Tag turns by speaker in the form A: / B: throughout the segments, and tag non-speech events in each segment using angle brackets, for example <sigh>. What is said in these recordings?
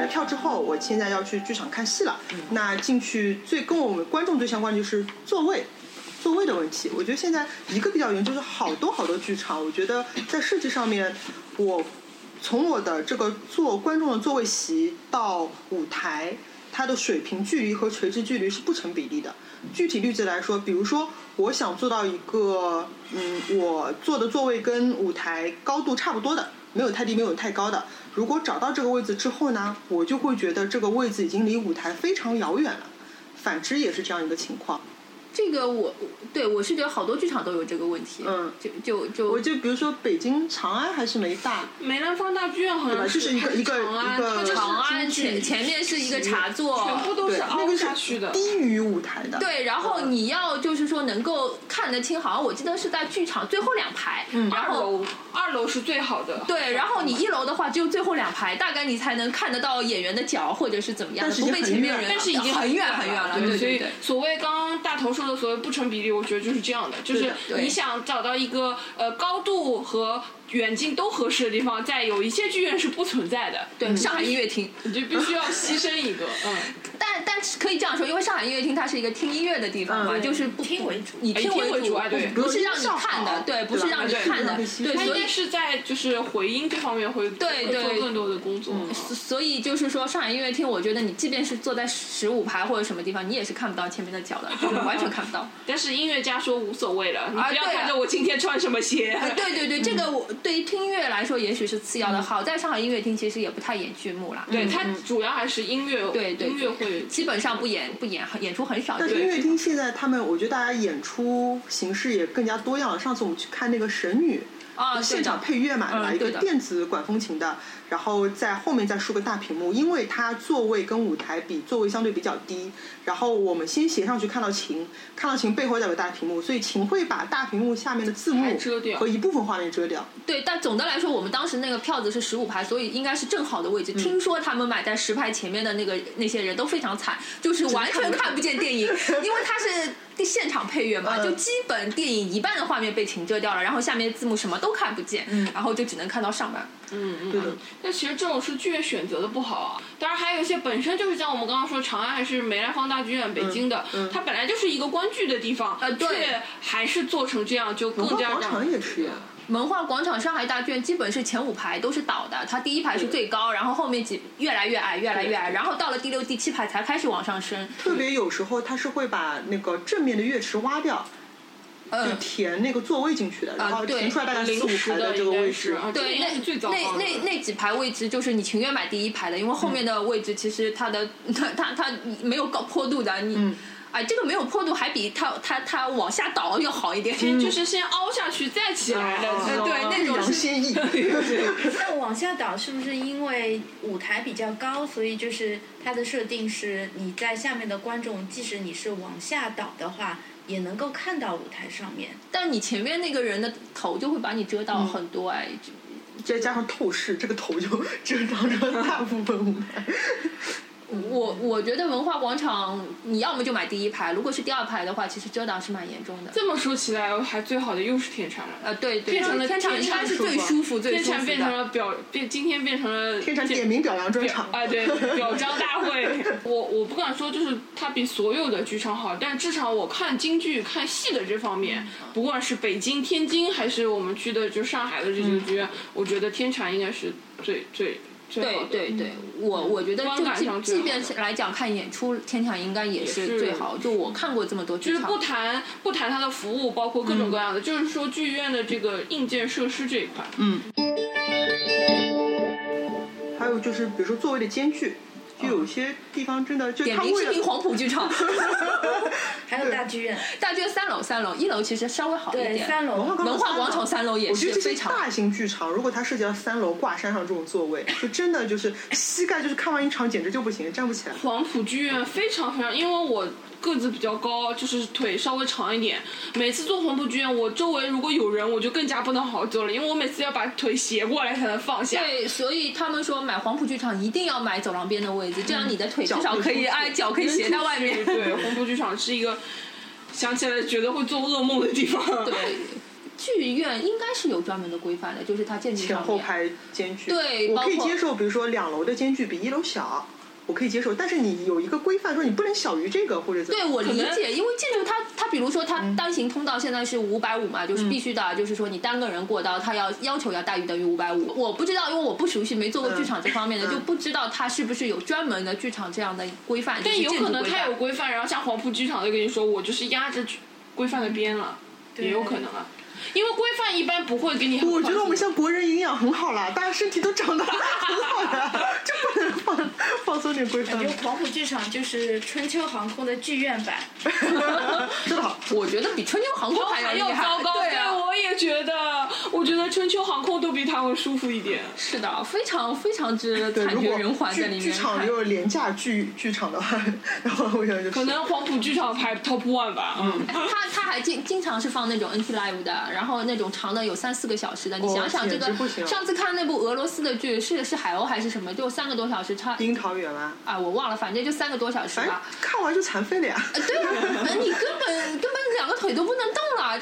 A: 了票之后，我现在要去剧场看戏了。那进去最跟我们观众最相关的就是座位。座位的问题，我觉得现在一个比较严重，就是好多好多剧场，我觉得在设计上面，我从我的这个坐观众的座位席到舞台，它的水平距离和垂直距离是不成比例的。具体例子来说，比如说我想做到一个，嗯，我坐的座位跟舞台高度差不多的，没有太低，没有太高的。如果找到这个位置之后呢，我就会觉得这个位置已经离舞台非常遥远了。反之也是这样一个情况。
B: 这个我对我是觉得好多剧场都有这个问题，
A: 嗯，
B: 就就
A: 我
B: 就
A: 就比如说北京长安还是梅大，
C: 梅兰芳大剧院好
A: 对吧？
C: 像
A: 就是一个一个
C: 长安
A: 一
C: 它
A: 个
C: 就是
B: 长安
C: 京剧
B: 前前面是一个茶座，
C: 全部都
A: 对，
C: 是
A: 那
C: 凹
A: 个是
C: 下去的。
A: 低于舞台的。
B: 对，然后你要就是说能够看得清，好像我记得是在剧场最后两排，
A: 嗯
B: 然
C: 二
B: 后
C: 楼，二楼是最好的。
B: 对，然后你一楼的话只有最后两排，大概你才能看得到演员的脚或者是怎么样，
A: 但是已
B: 不
A: 经
B: 被
A: 很
B: 前面
A: 远
B: 人，
C: 但是已经
B: 很
C: 远
B: 很远
C: 了，
B: 了，对
C: 所
B: 对
C: 以
B: 对。
C: 所谓刚刚大头说的所谓不成比例，我觉得就是这样的，就是
B: 对的对
C: 你想找到一个呃高度和远近都合适的地方，在有一些剧院是不存在的，
B: 对上海音乐厅，
C: 你就必须要牺牲一个， <laughs> 嗯，
B: 但但是可以这样说，因为上海音乐厅它是一个听音乐的地方嘛，
A: 嗯
B: 就是不
D: 听为主
B: 以
C: 哎
B: 听
C: 听
B: 为
C: 为主啊对
B: 不不是让你看
A: 音效好
B: 的，对，不是
A: 对吧
B: 让你
C: 对
B: 看的，
A: 对
B: 对，所
C: 它应
B: 以
C: 该是在就是回音这方面会
B: 对
C: 会做
B: 对
C: 更多的工作。
B: 所以就是说，上海音乐厅，我觉得你即便是坐在十五排或者什么地方，你也是看不到前面的脚的，就是完全看不到。
C: 但是音乐家说无所谓了，你
B: 啊
C: 不要
B: 对啊
C: 看着我今天穿什么鞋。
B: 哎对对对，这个我对于听音乐来说也许是次要的，好在上海音乐厅其实也不太演剧目啦，
C: <laughs> 对，它主要还是音乐，
B: 对对
C: 音乐会。
B: 基本上不演不演，演出很少。
A: 但是
B: 对
A: 音乐厅现在他们，我觉得大家演出形式也更加多样了。上次我们去看那个《神女》。
B: 啊，
A: 现场
B: 对的
A: 配乐嘛，对吧？
B: 嗯
A: 一个
B: 对的
A: 电子管风琴的，然后在后面再竖个大屏幕，因为它座位跟舞台比座位相对比较低，然后我们先斜上去看到琴，看到琴背后再有大屏幕，所以琴会把大屏幕下面的字幕
C: 遮掉
A: 和一部分画面遮掉。
B: 对，但总的来说，我们当时那个票子是十五排，所以应该是正好的位置。听说他们买在十排前面的那个那些人都非常惨，就是完全看不见电 <laughs> 影，因为它是现场配乐嘛，
A: 嗯
B: 就基本电影一半的画面被停遮掉了，然后下面字幕什么都看不见，然后就只能看到上半。
C: 嗯嗯
A: 对的
C: 嗯。那其实这种是剧院选择的不好啊。当然，还有一些本身就是像我们刚刚说，长安还是梅兰芳大剧院北京的，
A: 嗯嗯
C: 它本来就是一个观剧的地方，
B: 呃对
C: 却还是做成这样，就
A: 文
C: 更
A: 化
C: 加
A: 广
C: 让
A: 场哦也是呀，
B: 文化广场上海大剧院基本是前五排都是倒的，它第一排是最高，然后后面几越来越矮，越来越矮，然后到了第六、第七排才开始往上升。
A: 特别有时候它是会把那个正面的乐池挖掉，
B: 嗯啊
A: 就，填那个座位进去的，然后
B: 对
A: 填出来大概四
C: 临
A: 五
C: 时
A: 排
C: 的
A: 这个
C: 应该
A: 位
C: 是
A: 置。
C: 啊，这个
B: 对，
C: 应该
B: 那
C: 是最糟糕
B: 那
C: 的
B: 那那几排位置，就是你情愿买第一排的，因为后面的位置其实它的、它它它没有高坡度的，你、
A: 嗯
B: 哎，这个没有坡度还比它它它往下倒要好一点。 <laughs>
C: 先就是先凹下去再起来
A: 哦
C: 的这
B: 啊
C: 种，
B: 对那
A: 欲
B: 种
A: 扬
B: 是
A: 先 <laughs>
B: <laughs>
A: 抑。
D: 那往下倒是不是因为舞台比较高，所以就是它的设定是你在下面的观众，即使你是往下倒的话，也能够看到舞台上面。
B: 但你前面那个人的头就会把你遮到
C: 嗯
B: 很多哎。就
A: 再加上透视，这个头就遮挡着大部分舞
B: <laughs>
A: 台。
B: 我我觉得文化广场，你要么就买第一排，如果是第二排的话，其实遮挡是蛮严重的。
C: 这么说起来，还最好的又是天蟾了。
B: 呃，对对，
C: 变成了
B: 天
C: 天
B: 场应该
C: 蟾
B: 是
C: 书
B: 最
C: 房
B: 舒服、最
C: 天
B: 舒服
C: 蟾
B: 的。
C: 变成了表变，今天变成了
A: 天蟾点名表扬专场，
C: 啊，对，表彰大会。我我不敢说，就是它比所有的剧场好，但至少我看京剧、看戏的这方面，不管是北京、天津，还是我们去的就上海的这些剧院，我觉得天蟾应该是最最最
B: 对
C: 好的。嗯
B: 对对，
A: 嗯
B: 我我觉得
C: 观
B: 就
C: 感
B: 即
C: 上最
B: 即
C: 好
B: 便
C: 的
B: 是来讲看演出，天场应该也是
C: 是
B: 最好。就我看过这么多
C: 就
B: 剧
C: 是不
B: 场，
C: 谈不谈它的服务，包括各种各样的，就是说剧院的这个硬件设施这一块，
A: 嗯。还有就是，比如说座位的间距，就有些地方真的就
B: 点
A: 他
B: 名
A: 为
B: 是名
A: 了
B: 黄埔剧
A: <laughs>
B: 场，
D: 还有大剧院，
B: 大剧院三楼，三楼一楼其实稍微好一
D: 对，
B: 点。
D: 三楼
A: 文化
B: 文化广场三楼也
A: 我觉得
B: 是
A: 这
B: 非
A: 些
B: 常
A: 大型剧场，如果它涉及到三楼挂山上这种座位，就真的就是膝盖就是看完一场简直就不行，站不起来。
C: 黄埔剧院非常非常，因为我个子比较高，就是腿稍微长一点。每次坐黄埔剧院，我周围如果有人，我就更加不能好坐了，因为我每次要把腿斜过来才能放下。
B: 对，所以他们说买黄埔剧场一定要买走廊边的位置，这样你的腿
A: 嗯
B: 至
A: 脚
B: 少
A: 会出
B: 可以
A: 去
B: 哎脚可以斜在外面。
C: 对，黄埔剧场是一个想起来觉得会做噩梦的地方。
B: 对，剧院应该是有专门的规范的，就是它建筑
A: 前
B: 上
A: 后
B: 面。
A: 排间距，
B: 对
A: 我可以
B: 包括
A: 接受，比如说两楼的间距比一楼小，我可以接受，但是你有一个规范说你不能小于这个或者怎么
B: 对
A: 样，
B: 我理
C: 可能嗯
B: 解，因为建筑它它比如说它单行通道现在是五百五嘛，就是必须的，就是说你单个人过道，它要要求要大于等于五百五。我不知道，因为我不熟悉，没做过
A: 嗯
B: 剧场这方面的，
A: 嗯
B: 就不知道它是不是有专门的剧场这样的规范。
C: 但
B: 就是
C: 有
B: 建筑
C: 可能
B: 规
C: 他
B: 范
C: 有规范，然后像黄埔剧场就跟你说，我就是压着剧规范的边了，也有可能啊。因为规范一般不会给你很
A: 我觉得我们
C: 宽松
A: 像国人营养很好啦，大家身体都长得很好的，就不能放放松点规范
D: 感
A: 吗
D: 觉？黄埔剧场就是春秋航空的剧院版，
A: 真的 <laughs> 好，
B: 我觉得比春秋航空还
C: 还
B: 要
C: 要
B: 厉害
C: 糟糕，
B: 对啊
C: 我也觉得，我觉得春秋航空都比它会舒服一点。
B: 是的，非常非常之
A: 对，
B: 惨
A: 如
B: 绝
A: 果
B: 人寰在里
A: 剧
B: 面。
A: 剧场又有廉价剧剧场的话，然后我想就是
C: 可能黄埔剧场排 top one 吧，嗯，
B: 哎他他还经经常是放那种 NT Live 的，然后那种长的有三四个小时的，你
A: 哦
B: 想想这个
A: 简直不行，
B: 上次看那部俄罗斯的剧是是海鸥还是什么，就三个多小时，差
A: 樱桃园啦，
B: 啊我忘了，反正就三个多小时
A: 反正
B: 吧。
A: 看完就残废了呀。
B: 呃对啊，你根本 <laughs> 根本两个腿都不能动了。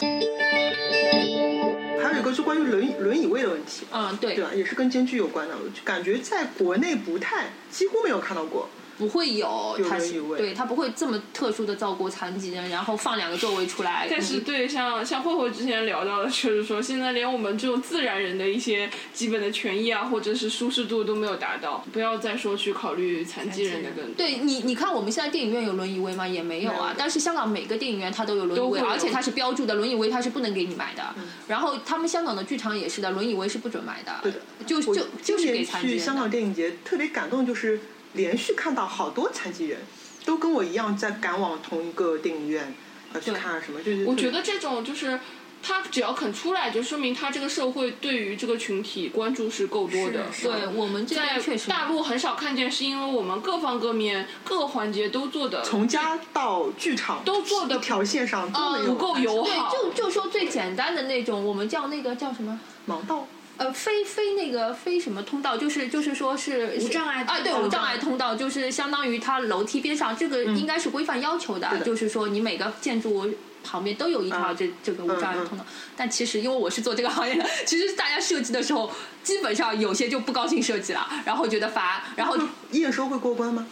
A: 还有一个就关于轮椅轮椅位的问题，
B: 嗯，对，
A: 对吧？也是跟间距有关的，我就感觉在国内不太，几乎没有看到过。
B: 不会有
A: 有
B: 他
A: 人
B: 是
A: 以为
B: 对他不会这么特殊的照顾残疾人，然后放两个座位出来。
C: 但是
B: 嗯
C: 对，像像慧慧之前聊到的，就是说现在连我们这种自然人的一些基本的权益啊，或者是舒适度都没有达到，不要再说去考虑残疾人的更多。
B: 对你，你看我们现在电影院有轮椅位吗？也没有
A: 没
B: 啊
A: 有。
B: 但是香港每个电影院它都有轮椅位，
C: 都会有
B: 而且它是标注的，轮椅位它是不能给你买的。
A: 嗯
B: 然后他们香港的剧场也是的，轮椅位是不准买的。
A: 对的
B: 就
A: 我
B: 就
A: 今
B: 就是给
A: 年
B: 残疾
A: 去
B: 人
A: 香
B: 的。
A: 港电影节特别感动，就是连续看到好多残疾人，都跟我一样在赶往同一个电影院，呃，去
B: 对
A: 看什么，就是
C: 我觉得这种就是。他只要肯出来，就说明他这个社会对于这个群体关注是够多的。
D: 是是
B: 对我们这边确实
C: 在大陆很少看见，是因为我们各方各面、各环节都做的
A: 从家到剧场
C: 都做
A: 一
C: 的
A: 条线上都
B: 嗯
A: 没有、
C: 不够友
B: 对，
C: 好，
B: 就就说最简单的那种，我们叫那个叫什么？
A: 盲道。
B: 呃，非非那个非什么通道，就是就是说是
D: 无障碍
B: 啊，对
D: 通道
B: 无障碍通道，就是相当于它楼梯边上，这个应该是规范要求的，
A: 对的
B: 就是说你每个建筑。旁边都有一条
A: 嗯
B: 这、这个无障碍
A: 嗯嗯
B: 通道，但其实因为我是做这个行业的，其实大家设计的时候，基本上有些就不高兴设计了，然后觉得烦，然后
A: 验收会过关吗？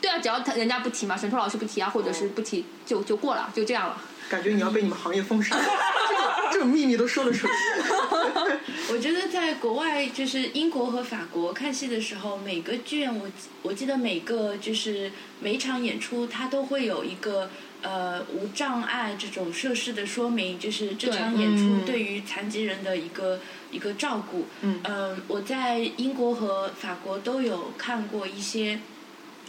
B: 对啊，只要他人家不提嘛，沈冲老师不提啊，或者是不提就就过了，就这样了。
A: 感觉你要被你们行业封
B: <laughs>
A: 杀，这种这种秘密都说了出来。
D: 我觉得在国外，就是英国和法国看戏的时候，每个剧院我记我记得每个就是每一场演出，它都会有一个呃无障碍这种设施的说明，就是这
B: 对
D: 场演
A: 嗯
D: 出对于残疾人的一个、一个照顾。
A: 嗯
D: 呃，我在英国和法国都有看过一些。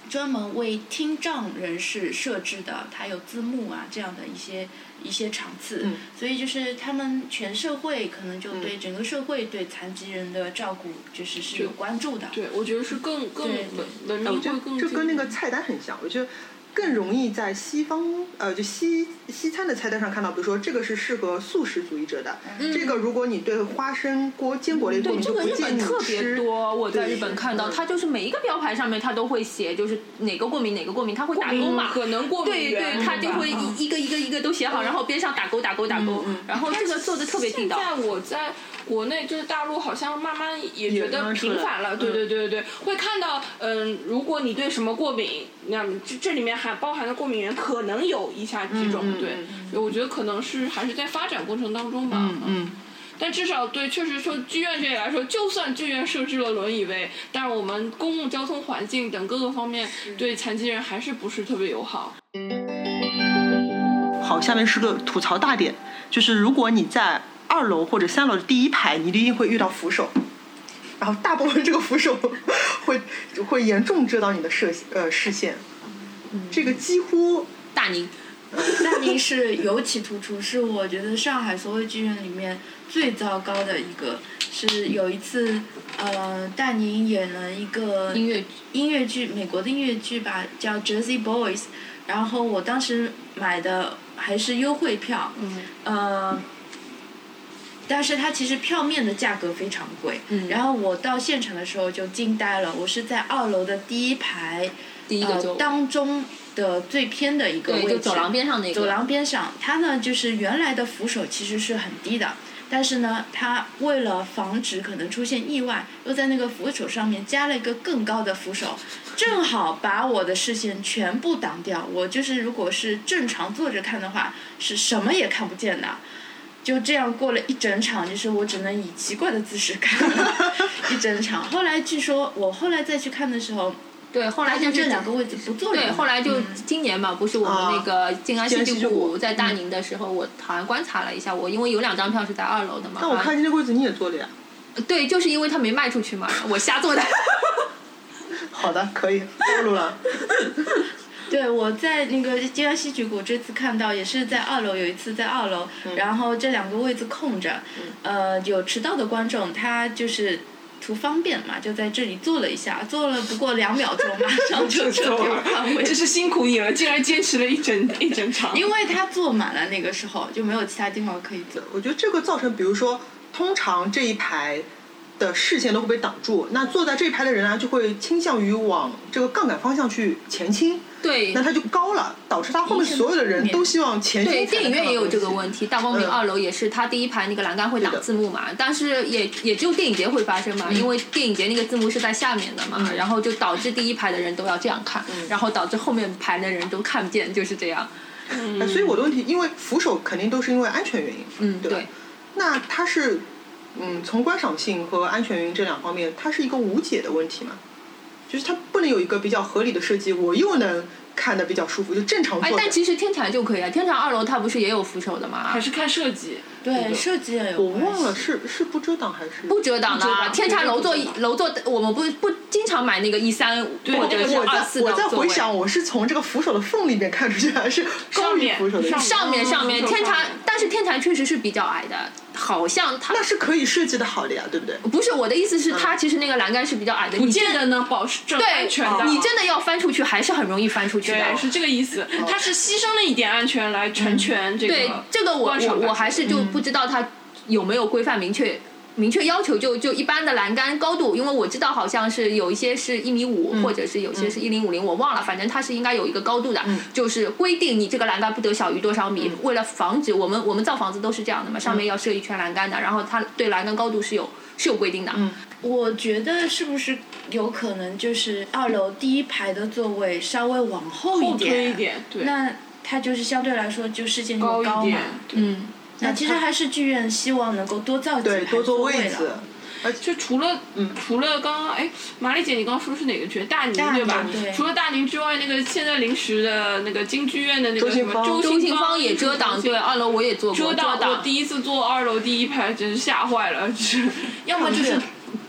D: 专门为听障人士设置的，它有字幕啊这样的一些一些场次，
A: 嗯
D: 所以就是他们全社会可能就对整个社会对残疾人的照顾就是是有关注的。
C: 对，我觉得是更更
D: 对
C: 文文
A: 我
C: 明
A: 觉
C: 会
B: 哦
A: 得
C: 更
A: 这
C: 进
A: 跟那
C: 步
A: 个菜单很像，我觉得更容易在西方呃就西西餐的菜单上看到，比如说这个是适合素食主义者的，这个如果你对花生锅坚果类过
B: 嗯对，
A: 敏
B: 这
A: 就
B: 个
A: 不
B: 日
A: 建
B: 本
A: 议
B: 特
A: 你
B: 别
A: 吃。
B: 多，我在
A: 对
B: 日本
A: 是
B: 看到，
A: 嗯
B: 它就是每一个标牌上面它都会写，就是哪个过敏哪个过敏，它会打勾嘛。
C: 可能过敏
B: 对
C: 源
B: 对，它就会
C: 吧
B: 一一个一个一个都写好，然后边上打勾打勾打勾，然后这个做的特别地道。
C: 现在我在国内就是大陆，好像慢慢也觉
A: 慢
C: 得
A: 慢出来
C: 频繁了。
A: 嗯
C: 对对对对对，会看到，嗯，如果你对什么过敏，那么这这里面还包含的过敏源可能有以下几种。
A: 嗯嗯
C: 对，所以我觉得可能是还是在发展过程当中吧。
A: 嗯嗯，
C: 但至少对，确实说剧院这里来说，就算剧院设置了轮椅位，但是我们公共交通环境等各个方面对残疾人还是不是特别友好。
A: 好，下面是个吐槽大点，就是如果你在二楼或者三楼的第一排，你一定会遇到扶手，然后大部分这个扶手会会严重遮到你的视呃视线，
B: 嗯
A: 这个几乎
B: 大宁，
D: 大宁是尤其突出，是我觉得上海所有剧院里面最糟糕的一个。是有一次，呃，大宁演了一个
B: 音乐
D: 音乐剧，美国的音乐剧吧，叫《Jersey Boys》，然后我当时买的还是优惠票，
B: 嗯
D: 呃，但是它其实票面的价格非常贵，
B: 嗯
D: 然后我到现场的时候就惊呆了，我是在二楼的第一排，
B: 第一个
D: 呃
B: 就，
D: 当中的最偏的一个位
B: 对，
D: 置，
B: 就走廊边上那个，
D: 走廊边上，它呢就是原来的扶手其实是很低的，但是呢，它为了防止可能出现意外，又在那个扶手上面加了一个更高的
B: <laughs>
D: 扶手，正好把我的视线全部挡掉。我就是如果是正常坐着看的话，是什么也看不见的。就这样过了一整场，就是我只能以奇怪的姿势看
B: <laughs>
D: 一整场。后来据说我后来再去看的时候，
B: 对，后
D: 发
B: 来
D: 现
B: 就
D: 这
B: 是
D: 两个位置不坐人
B: 对，
D: 了。
B: 后来就
D: 嗯
B: 今年嘛，不是我们那个静安
A: 静
B: 戏
A: 安戏
B: 剧
A: 剧
B: 谷
A: 谷
B: 在大宁的时候，我好像观察了一下，我因为有两张票是在二楼的嘛，
A: 但我
B: 好像
A: 看见那柜子你也坐了呀。
B: 对，就是因为他没卖出去嘛，我瞎做的。
A: 好的，可以暴露了。
D: 对，我在那个金安戏剧谷这次看到，也是在二楼，有一次在二楼，
C: 嗯
D: 然后这两个位置空着，呃，有迟到的观众，他就是图方便嘛，就在这里坐了一下，坐了不过两秒钟，马上就撤
C: 走
D: 票
C: 了
D: 换位
C: 真。是辛苦你了，竟然坚持了一整一整场。
D: 因为他坐满了，那个时候就没有其他地方可以坐。
A: 我觉得这个造成，比如说，通常这一排的视线都会被挡住，那坐在这一排的人啊，就会倾向于往这个杠杆方向去前倾，
B: 对
A: 那，他就高了，导致他后面所有的人都希望前
B: 对，
A: 倾才能看到东西。
B: 电影院也有这个问题。大光
A: 嗯
B: 明二楼也是，它第一排那个栏杆会挡字幕嘛，但是也也只有电影节会发生嘛，因为电影节那个字幕是在下面的嘛，然后就导致第一排的人都要这样看，然后导致后面排的人都看不见，就是这样。
A: 哎。
C: 嗯
A: 所以我的问题，因为扶手肯定都是因为安全原因，
B: 嗯，
A: 对吧
B: 对。
A: 那它是，嗯，从观赏性和安全原因这两方面，它是一个无解的问题嘛？就是它不能有一个比较合理的设计，我又能看的比较舒服，就正常
B: 哎
A: 坐，着。
B: 但其实天坛就可以啊，天坛二楼它不是也有扶手的嘛
C: 还？是看设计，
D: 对，设计也有
A: 我
D: 关
A: 忘了
D: 系
A: 是是不遮挡还是
B: 不遮挡的
C: 不遮
B: 啊，
C: 挡
B: 天坛楼座
C: 不遮挡
B: 楼座，我们不不经常买那个一三或者是
A: 我
B: 二
A: 在
B: 四
A: 我
B: 的
A: 在
B: 座
A: 回
B: 位。
A: 想，我是从这个扶手的缝里面看出去，还是高
C: 上
A: 于
C: 面
A: 扶手的
C: 上
B: 上面
C: 哦
B: 上面
C: 扶手
B: 天
C: 上
B: 坛
C: 面，
B: 但是天坛确实是比较矮的，好像它
A: 那是可以设计的好的呀，对不对？
B: 不是我的意思是，它其实那个栏杆是比较矮的，
C: 嗯不
B: 你
C: 见
B: 真
C: 得能保证安全的。
B: 对，你真的要翻出去，还是很容易翻出去的。
C: 对是这个意思，
A: 哦
C: 他是牺牲了一点安全来成全
A: 嗯
C: 这个。
B: 对这个我
C: 观赏
B: 我
C: 感
B: 我还是就不知道它有没有规范明确。明确要求就就一般的栏杆高度，因为我知道好像是有一些是一米五、
C: 嗯
B: 或者是有些是一零五零，我忘了，反正它是应该有一个高度的，
C: 嗯
B: 就是规定你这个栏杆不得小于多少米。为了防止我们我们造房子都是这样的嘛，上面
C: 嗯
B: 要设一圈栏杆的，然后它对栏杆高度是有是有规定的。嗯，
D: 我觉得是不是有可能就是二楼第一排的座位稍微往后
C: 后
D: 一点，
C: 推一点，对，
D: 那它就是相对来说就视线就
C: 高嗯
D: 嘛。
C: 一点，对。
B: 嗯
D: 那其实还是剧院希望能够多造几
A: 对，
D: 排
A: 多坐
D: 座
A: 位
D: 了
A: 子。
C: 就除了
A: 嗯
C: 除了刚刚哎，玛丽姐，你刚刚说的是哪个剧？大宁
D: 大
C: 对吧
D: 宁？对
C: 除了大宁之外，那个现在临时的那个京剧院的那个
A: 周
C: 什
A: 信
C: 么
A: 芳
B: 周信
C: 信
B: 芳也遮挡，对，二楼我也坐过，
C: 遮挡。我第一次坐二楼第一排，真是吓坏了，就是 <laughs> 要么就是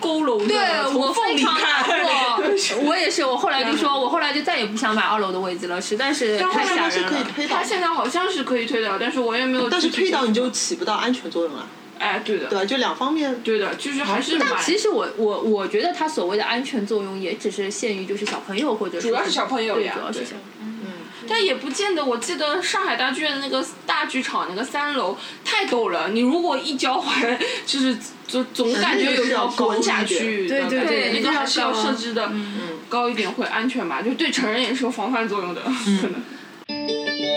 C: 佝偻的，
B: 对
C: 从
B: 我
C: 缝
B: 非
C: 里
B: 常难
C: 看。 <laughs>
B: 过，我也是，我后来就说，我后来就再也不想买二楼的位置了，实在是太
C: 后来
B: 吓
A: 是
B: 人
A: 可以
B: 了。
A: 推倒
C: 他，现在好像是可以推倒，但是我也没有。
A: 但是推倒你就起不到安全作用了，
C: 哎，对的，
A: 对吧？就两方面，
C: 对的，就是还是蛮。
B: 但其实我我我觉得它所谓的安全作用也只是限于就是小朋友或者主
C: 主要是小朋友
B: 对，
C: 呀，
B: 主要是
C: 对
B: 小朋友
C: 但也不见得。我记得上海大剧院的那个大剧场那个三楼太陡了，你如果一脚踝，就是总总感觉有要滚下去的感觉。
D: 对对
C: 那
D: 对
C: 个还是
A: 啊
C: 要设置的
A: 嗯
C: 高一点会安全吧，就对成人也是有防范作用的，
A: 嗯
C: <laughs> 可能。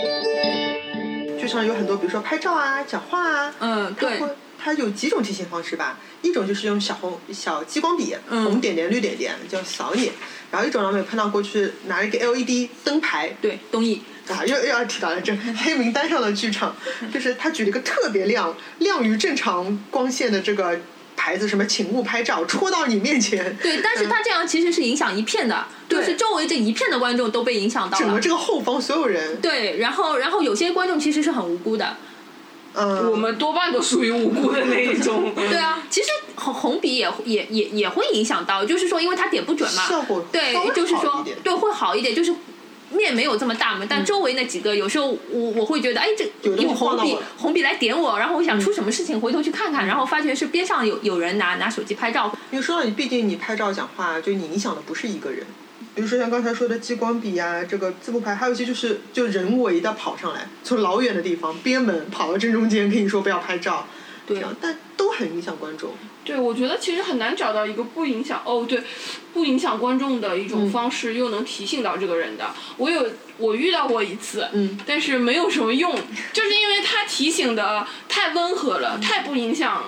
A: 剧场有很多，比如说拍照啊、讲话啊，
B: 嗯，
A: 它
B: 对
A: 会，它有几种提醒方式吧？一种就是用小红小激光笔，红点点、绿点点，就扫你。然后一种呢，我们也碰到过去拿一个 LED 灯牌，
B: 对，东艺。
A: 啊，又又要提到了这黑名单上的剧场，就是他举了一个特别亮、亮于正常光线的这个牌子，什么请勿拍照，戳到你面前，
B: 对，
C: 嗯
B: 但是它这样其实是影响一片的，就是周围这一片的观众都被影响到
A: 整个
B: 了。
A: 这个后方所有人，
B: 对，然后然后有些观众其实是很无辜的，
A: 嗯，
C: 我们多半都属于无辜的那一种。
B: 对啊，其实红红笔也会也也也会影响到，就是说，因为它点不准嘛，
A: 效果
B: 对
A: 稍微，
B: 就是
A: 好
B: 说
A: 一点嗯
B: 对会好一点，就是。面没有这么大嘛，但周围那几个有时候我我会觉得，哎，这
A: 有的
B: 用
A: 会晃
B: 红
A: 到
B: 笔
A: 我嗯的
B: 红笔来点我，然后我想出什么事情，回头去看看，然后发觉是边上有有人拿拿手机拍照，
A: 因为说到底，毕竟你拍照讲话，就你影响的不是一个人。比如说像刚才说的激光笔啊，这个字幕牌，还有一些就是就人为的跑上来，从老远的地方边门跑到正中间，跟你说不要拍照，
B: 对
A: 这样但都很影响观众。
C: <laughs> 对，我觉得其实很难找到一个不影响哦，对，不影响观众的一种方式，又能提醒到这个人的。我有我遇到过一次，
A: 嗯
C: 但是没有什么用，就是因为他提醒的太温和了，太不影响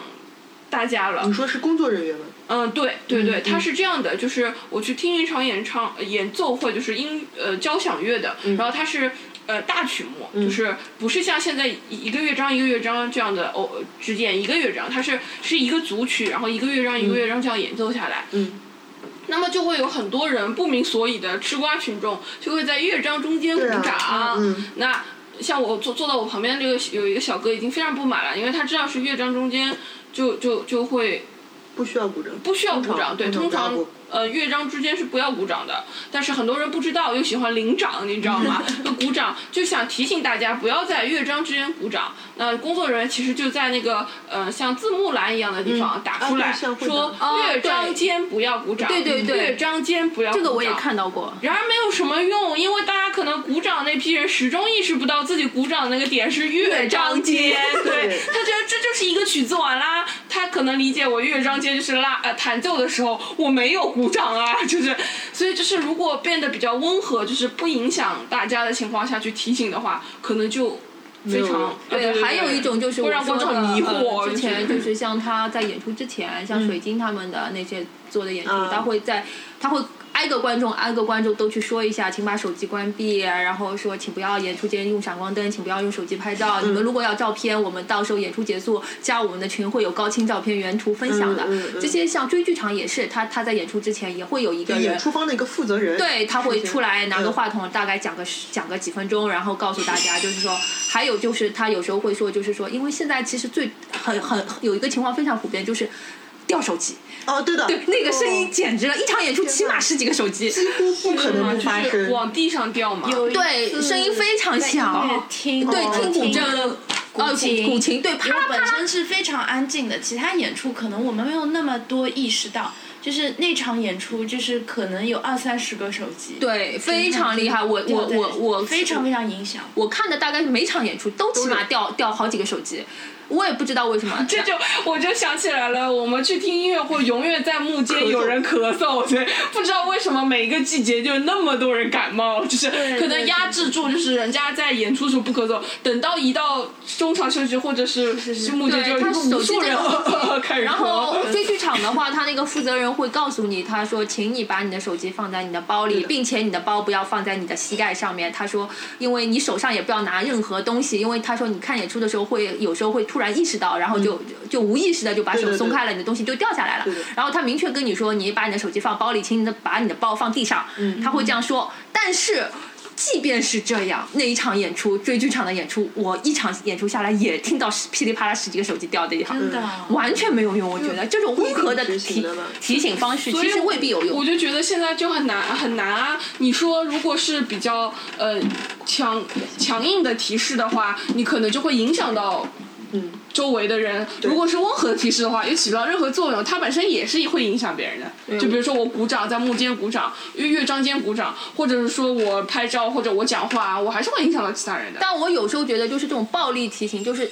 C: 大家了
A: 你。说是工作人员吗？
C: 嗯，对对对，
A: 嗯
C: 他是这样的，就是我去听一场演唱呃演奏会，就是音呃交响乐的，
A: 嗯
C: 然后它是呃大曲目，就是不是像现在一一个乐章一个乐章这样的哦，只演一个乐章，它是是一个组曲，然后一个乐章一个乐章这样演奏下来。
A: 嗯
C: 那么就会有很多人不明所以的吃瓜群众，就会在乐章中间鼓
A: 啊
C: 掌。
A: 嗯
C: 那像我坐坐到我旁边这个有一个小哥已经非常不满了，因为他知道是乐章中间就就就会
A: 不需要鼓掌，
C: 不需要鼓
B: 嗯
C: 掌，对，通
A: 不要
C: 常
A: 鼓
C: 呃乐章之间是不要鼓掌的，但是很多人不知道，又喜欢领掌，你知道
B: <laughs>
C: 吗？就鼓掌，就想提醒大家不要在乐章之间鼓掌。那工作人员其实就在那个呃像字幕栏一样的地
B: 嗯
C: 方打出来、
A: 对像会
C: 说
B: 哦
C: 乐章
B: 对
C: 间不要鼓掌，
B: 对对对
C: 乐章间不要鼓掌。
B: 这个我也看到过。
C: 然而没有什么用，因为大家可能鼓掌那批人始终意识不到自己鼓掌那个点是乐章间，对
A: 对
C: 他觉得这就是一个曲子完啦，他可能理解我乐章间就是拉呃弹奏的时候我没有鼓掌啊，就是所以就是如果变得比较温和，就是不影响大家的情况下去提醒的话，可能就非
A: 没有用
C: 常呃对，
B: 还有一种就是我
C: 会让
B: 说
C: 观
B: 的，
C: 众很疑惑，
B: 呃之
C: <laughs>
B: 前
C: 就
B: 就
C: 嗯
B: 是是像他在演出之前，像水晶他们的那些做的演出，
A: 嗯
B: 他会在他会挨个观众挨个观众都去说一下，请把手机关闭，啊然后说请不要演出间用闪光灯，请不要用手机拍照。
C: 嗯
B: 你们如果要照片，我们到时候演出结束加我们的群会有高清照片原图分享的。
A: 嗯嗯嗯
B: 这些像追剧场也是，他他在演出之前也会有一个
A: 对
B: 人
A: 演出方的一个负责人。
B: 呃对，他会出来拿个
A: 嗯
B: 话筒，大概讲个十讲个几分钟，然后告诉大家，就是说，还有就是他有时候会说，就是说，因为现在其实最很很有一个情况非常普遍，就是掉手机，
A: 哦，对的，
B: 对，那个声音简直了，一场演出起码十几个手机，
A: 几乎不可能不发
C: 就是
A: 生。
C: 往地上掉嘛，
D: 有一
B: 对，
D: 次
B: 声音非常
D: 在音
B: 响
D: 乐，厅
B: 对，
A: 哦
B: 听古筝，哦，古
D: 琴
B: 古琴，对，
D: 因为
B: 啪
D: 本
B: 啪，
D: 身是非常安静的，其他演出可能我们没有那么多意识到，就是那场演出就是可能有二三十个手机，
B: 对，非常厉害，我
D: 对，
B: 我
D: 对
B: 我我
D: 非常非常影响。
B: 我看的大概每场演出都起码掉掉好几个手机，我也不知道为什
D: <laughs>
B: 么，
C: 这就我就想起来了，我们去听音乐会，永远在幕间
A: 嗽
C: 有人咳嗽，对，不知道为什么每一个季节就那么多人感冒，就是可能压制住，就是人家在演出的时候不咳嗽，等到一到中场休息或者是是幕间，就
B: 对他
C: 有无
B: 手机
C: 数人
B: 这个东
C: 开始
B: 然后
C: 咳。
B: 追剧场的话，他那个负责人会告诉你，他说，请你把你的手机放在你的包里，并且你的包不要放在你的膝盖上面。他说，因为你手上也不要拿任何东西，因为他说你看演出的时候会有时候会突然意识到，然后就、就无意识的就把
A: 嗯
B: 手
A: 对对
B: 松开了，你的东西就掉下来了。
A: 对的
B: 然后他明确跟你说，你把你的手机放包里，请你的把你的包放地上。
A: 嗯
B: 他会这样说，但是。即便是这样，那一场演出，追剧场的演出，我一场演出下来也听到十噼里啪啦十几个手机掉的一行，
D: 真的，
B: 完全没有用，我觉得这种温和的
A: 规定执行
B: 提
A: 的吧
B: 提醒方式
C: 所以
B: 其实未必有
C: 我
B: 用。
C: 就觉得现在就很难很难啊！你说如果是比较呃强强硬的提示的话，你可能就会影响到
A: 嗯，
C: 周围的人，如果是温和的提示的话，也起不到任何作用，它本身也是会影响别人
B: 嗯
C: 的。就比如说我鼓掌，在幕间鼓掌，乐章间鼓掌，或者是说我拍照或者我讲话，我还是会影响到其他人的。
B: 但我有时候觉得，就是这种暴力提醒，就是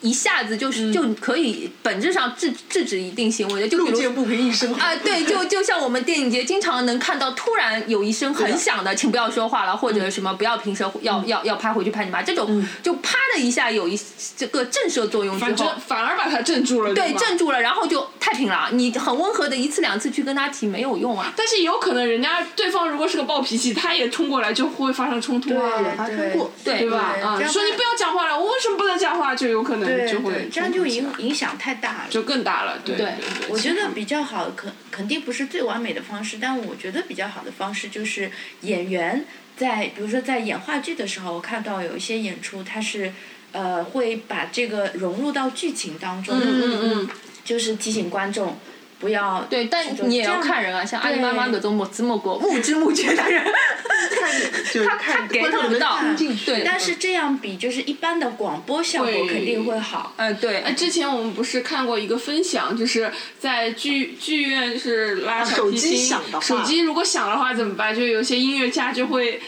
B: 一下子就是、就可以本质上制制止一定行为的，就比
A: 路
B: 如
A: 见不平一声吼
B: 啊、对，就就像我们电影节经常能看到，突然有一声很响的“请嗯不要说话了”，或者什么“不要平时要、要要拍回去拍你妈”这种，就啪的一下有一这个震慑作用之
C: 反
B: 后
C: 正，反而把它镇住了，
B: 对
C: 吗
B: 镇住了，然后就太平了。你很温和的一次两次去跟他提没有用啊。
C: 但是也有可能，人家对方如果是个暴脾气，他也冲过来就会发生冲突啊，
A: 发生过，
B: 对嗯
C: 对吧？
D: 对
C: 啊、
D: 这样
C: 说你不要讲话了，我为什么不能讲话？就有可能
D: 对
C: 就会
D: 对，这样就
C: 冲突起来
D: 影影响太大了。
C: 就更大了，对
B: 对
C: 对。
D: 我
C: 其
D: 觉
C: 实
D: 得比较好，肯肯定不是最完美的方式，但我觉得比较好的方式就是演员在，比如说在演话剧的时候，我看到有一些演出，他是呃会把这个融入到剧情当中，
C: 嗯嗯
D: 就是提醒观众不要
B: 对，但
D: 这种
B: 你也要
D: 这样
B: 看人啊，像阿里巴巴
D: 对
B: 各种某知某国目知目觉的人，
A: 看就是
B: <laughs> 他他
A: 看
B: 给
A: 观
B: 他
A: 众
B: 不啊
A: 能
B: 到
A: 听进，去。
B: 对，
D: 但是这样比就是一般的广播效果
C: 会
D: 肯定会好。
B: 嗯对，
C: 哎，之前我们不是看过一个分享，就是在剧剧院是拉小
A: 手
C: 提
A: 机
C: 琴，
A: 响的话
C: 手机如果响的话怎么办？就有些音乐家就会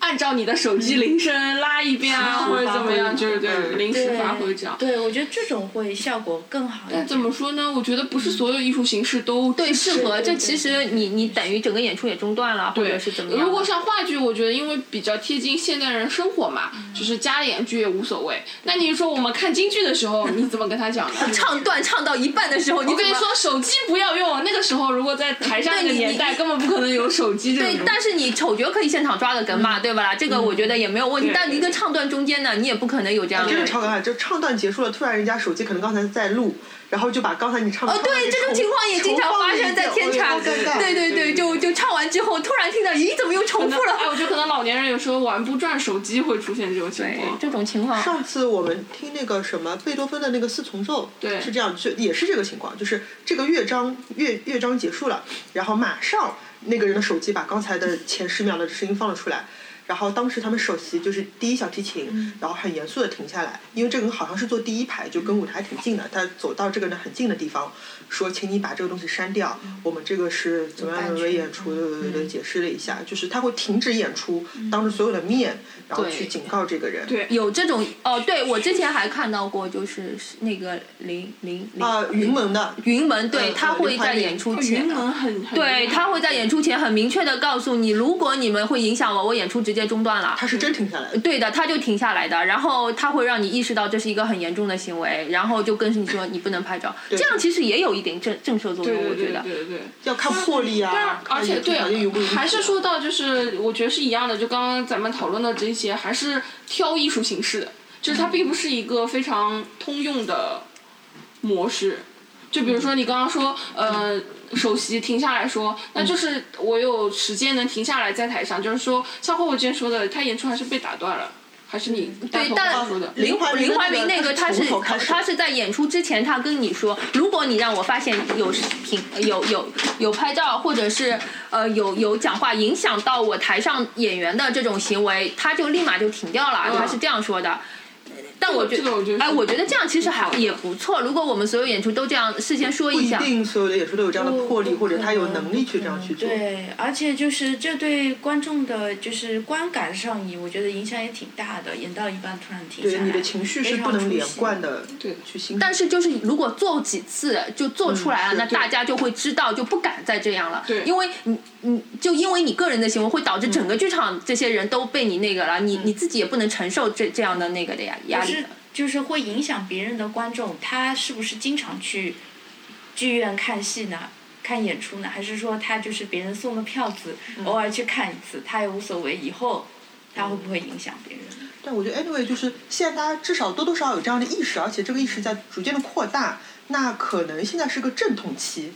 C: 按照你的手机铃声拉一遍啊，
B: 嗯
C: 或者怎么样，就是对
A: 嗯
C: 临时发挥这样。
D: 对，我觉得这种会效果更好一点。
C: 但怎么说呢？我觉得不是所有艺术形式都
B: 对，适合。
D: 对
B: 这
D: 对
B: 其实你你等于整个演出也中断了，或者是怎么样的？
C: 如果像话剧，我觉得因为比较贴近现代人生活嘛，
B: 嗯
C: 就是加点剧也无所谓。那你说我们看京剧的时候，你怎么跟他讲呢？
B: <laughs> 唱段唱到一半的时候，你
C: 我跟你
B: 怎么
C: 说，手机不要用。啊那个时候，如果在台上那个
B: 对你
C: 年代，
B: 你
C: 根本不可能有手机这种
B: 对
C: 东西。，
B: 但是你丑角可以现场抓个梗嘛，对吧啦？这个我觉得也没有问题。
C: 对
B: 但一个唱段中间呢，你也不可能有这样的
A: 真。的超可怕！就唱段结束了，突然人家手机可能刚才在录，然后就把刚才你唱的
B: 哦，对，这种情况也经常发生在天
A: 场，
B: 场。
A: 我觉得好尴尬
B: 对对对，就就唱完之后，突然听到，咦，怎么又重复
C: 哎，
B: 了？
C: 我觉得可能老年人有时候玩不转手机会出现这种情
B: 对
C: 况，。
B: 这种情况。
A: 上次我们听那个什么贝多芬的那个四重奏，
C: 对
A: 是这样，就也是这个情况，就是这个乐章乐乐章结束了，然后马上那个人的手机把刚才的前十秒的声音放了出来。然后当时他们首席就是第一小提琴，然后很严肃的停下来，因为这个人好像是坐第一排，就跟舞台挺近的，他走到这个人很近的地方，说：“请你把这个东西删掉，我们这个是怎么样怎么样的演出？”对对对对，解释了一下，就是他会停止演出，当着所有的面，然后
B: 对
A: 去警告这个人。对
B: 有这种哦，对我之前还看到过，就是那个林林林
C: 哦
A: 啊，云门的，
B: 云门，对
C: 呃
A: 嗯
B: 他
A: 嗯
B: 会
A: 林怀
B: 在
A: 民
B: 演出前，
C: 云门很很
B: 对他会在演出前很明确的告诉你，如果你们会影响我，我演出直接中断了。
A: 他是真停下来了。
B: 对的，他就停下来的，然后他会让你意识到这是一个很严重的行为，然后就跟你说你不能拍照，这样其实也有一点震震慑作用，
C: 对
B: 我
C: 对
B: 觉
C: 对
B: 得。
C: 对对。
A: 要看魄力啊，
C: 而且对
A: 看演出条件允不允许啊
C: 还是说到就是，我觉得是一样的，就刚刚咱们讨论的这些，还是挑艺术形式的，就是它并不是一个非常通用的模式。就比如说你刚刚说，呃，首席停下来说，那就是我有时间能停下来在台上，就是说，像霍霍之前说的，他演出还是被打断了，还是你大
B: 但
C: 头刚刚说的，
A: 林怀民
B: 林怀民
A: 那
B: 那
A: 个
B: 个
A: 他
B: 他
A: 是
B: 是
A: 从头开始
B: 他是在演出之前，他跟你说，如果你让我发现有屏有有有拍照或者是呃有有讲话影响到我台上演员的这种行为，他就立马就停掉了，他是这样说的。但我觉
C: 这个我觉得是
B: 哎，我觉得这样其实还
C: 挺好的
B: 也不错。如果我们所有演出都这样事先说
A: 不一
B: 下，
A: 定所有的演出都有这样的魄力，
D: 不
A: 或者他有
D: 可能
A: 能力去这样去做。
D: 对，而且就是这对观众的，就是观感上也，我觉得影响也挺大的。演到一半突然停下
A: 对，
D: 来，
A: 你的情绪是
D: 非常
A: 不能连
D: 出戏
A: 贯。的
C: 对的
A: 去欣赏。
B: 但是就是如果做几次就做出来了，
A: 嗯是
B: 那
A: 对
B: 大家就会知道，就不敢再这样了。
C: 对
B: 因为你你就因为你个人的行为会导致整个剧场这些人都被你那个了，你你自己也不能承受这这样的那个的压压
D: 就
B: 力
D: 是
B: 的。
D: 就是会影响别人的观众，他是不是经常去剧院看戏呢？看演出呢？还是说他就是别人送的票子，
A: 嗯
D: 偶尔去看一次，他也无所谓？以后他会
A: 嗯
D: 不会影响别人？
A: 但我觉得 anyway 就是现在大家至少多多少少有这样的意识，而且这个意识在逐渐的扩大。那可能现在是个阵痛期，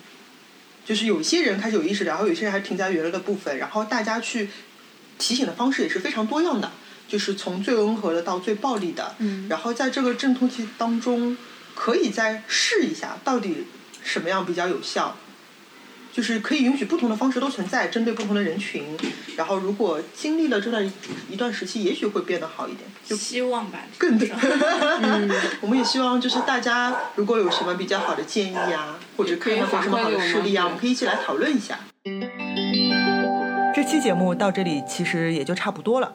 A: 就是有些人开始有意识，然后有些人还停在原来的部分，然后大家去提醒的方式也是非常多样的，就是从最温和的到最暴力的。嗯，然后在这个阵痛期当中，可以再试一下到底什么样比较有效。就是可以允许不同的方式都存在，针对不同的人群。然后，如果经历了这段一段时期，也许会变得好一点。就
D: 希望吧，
A: 更多。 <laughs> 我们也希望就是大家如果有什么比较好的建议啊，或者看到有什么好的实例啊，我们可以一起来讨论一下。这期节目到这里其实也就差不多了，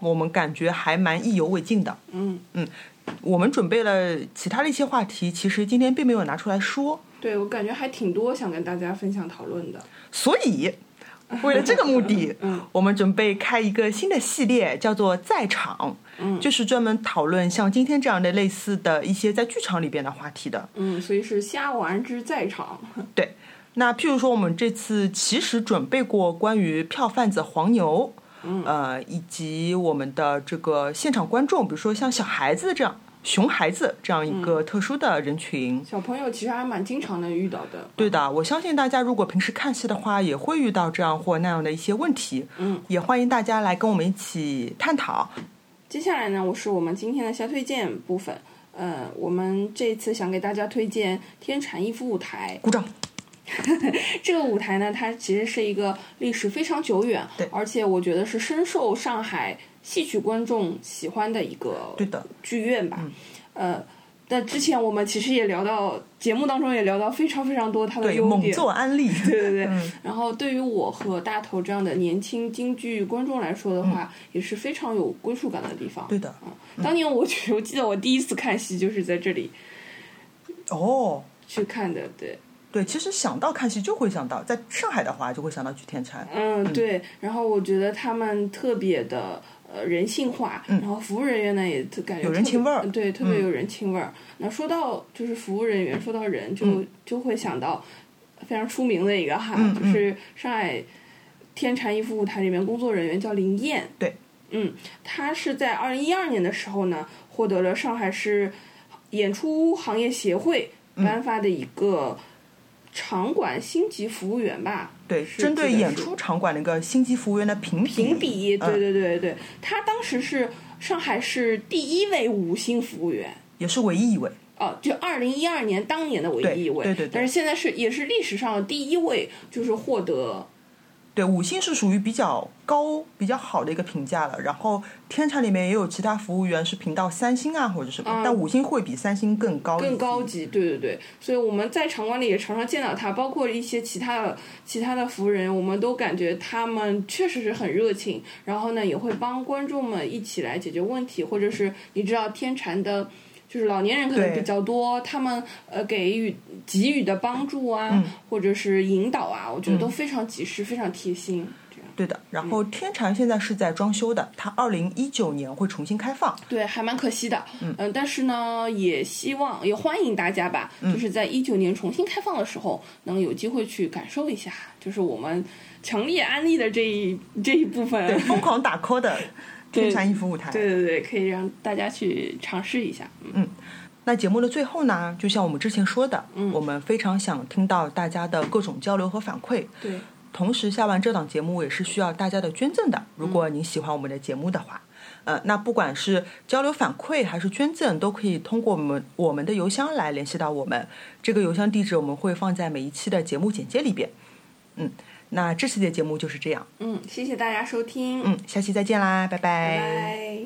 A: 我们感觉还蛮意犹未尽的。
C: 嗯
A: 嗯，我们准备了其他的一些话题，其实今天并没有拿出来说。
E: 对我感觉还挺多想跟大家分享讨论的。
A: 所以，为了这个目的，我们准备开一个新的系列，叫做“在场”，就是专门讨论像今天这样的类似的一些在剧场里边的话题的。
E: 嗯，所以是瞎玩之在场。
A: 对，那譬如说，我们这次其实准备过关于票贩子黄牛，
C: 嗯
A: 呃，以及我们的这个现场观众，比如说像小孩子这样、熊孩子这样一
C: 嗯
A: 个特殊的人群，
E: 小朋友其实还蛮经常能遇到的。
A: 对的，我相信大家如果平时看戏的话，也会遇到这样或那样的一些问题。嗯，也欢迎大家来跟我们一起探讨。
E: 接下来呢，我是我们今天的小推荐部分。呃，我们这次想给大家推荐天蟾一夫舞台。
A: 鼓掌！
E: 这个舞台呢，它其实是一个历史非常久远，
A: 对
E: 而且我觉得是深受上海戏曲观众喜欢的一个
A: 对的，嗯
E: 剧院吧。呃，
C: 那之前我们其实也聊到节目当中也聊到非常非常多它的
A: 对，
C: 优
A: 猛
C: 点，
A: 做安利，
C: 对
A: <laughs>
C: 对对。
A: 嗯
C: 然后对于我和大头这样的年轻京剧观众来说的话，也是非常有归属感的地方。
A: 嗯对的，嗯
C: 当年我去，我记得我第一次看戏就是在这里
A: 哦。
C: 去看的，对。
A: 对，其实想到看戏就会想到，在上海的话就会想到去天蟾，
C: 嗯，对。然后我觉得他们特别的呃人性化，然后服务人员呢也特感
A: 嗯
C: 觉
A: 有人情味儿嗯
C: 特别对，特别有人情味儿。那说到就是服务人员，说到人就、就会想到非常出名的一个哈，
A: 嗯
C: 就
A: 嗯
C: 是上海天蟾一副舞台里面工作人员叫林燕，
A: 对，
C: 嗯，她是在二零一二年的时候呢，获得了上海市演出行业协会
A: 嗯
C: 颁发的一个。场馆星级服务员吧，
A: 对，
C: 是
A: 针对
C: 记得
A: 演
C: 是
A: 出场馆那个星级服务员的评比，
C: 评比，对
A: 嗯
C: 对对对，他当时是上海市第一位五星服务员，
A: 也是唯一一位，
C: 哦，就二零一二年当年的唯一一位，
A: 对对对对
C: 但是现在是也是历史上第一位，就是获得
A: 对，五星是属于比较高、比较好的一个评价了。然后天蟾里面也有其他服务员是评到三星啊或者什么，但五星会比三星更高一
C: 嗯更高
A: 级。
C: 级，对对对，所以我们在场馆里也常常见到他，包括一些其他的其他的服务人，我们都感觉他们确实是很热情，然后呢也会帮观众们一起来解决问题，或者是你知道天蟾的。就是老年人可能
A: 对
C: 比较多，他们呃给予给予的帮助啊，
A: 嗯
C: 或者是引导啊，我觉得都非常及时，非常贴心。这样
A: 对的，然
C: 嗯
A: 后天蟾现在是在装修的，它二零一九年会重新开放。
C: 对，还蛮可惜的。嗯、但是呢，也希望也欢迎大家吧，就是在一九年重新开放的时候，能有机会去感受一下，就是我们强烈安利的这一这一部分。
A: 对，疯狂打 call 的天蟾一服舞台。
C: <laughs> 对对对，可以让大家去尝试一下。嗯，
A: 那节目的最后呢，就像我们之前说的，
C: 嗯
A: 我们非常想听到大家的各种交流和反馈。
C: 对，
A: 同时，下完这档节目也是需要大家的捐赠的。如果您喜欢我们的节目的话，呃，那不管是交流反馈还是捐赠，都可以通过我们我们的邮箱来联系到我们。这个邮箱地址我们会放在每一期的节目简介里边。嗯，那这期的节目就是这样。
C: 嗯，谢谢大家收听，
A: 嗯，下期再见啦，
C: 拜拜。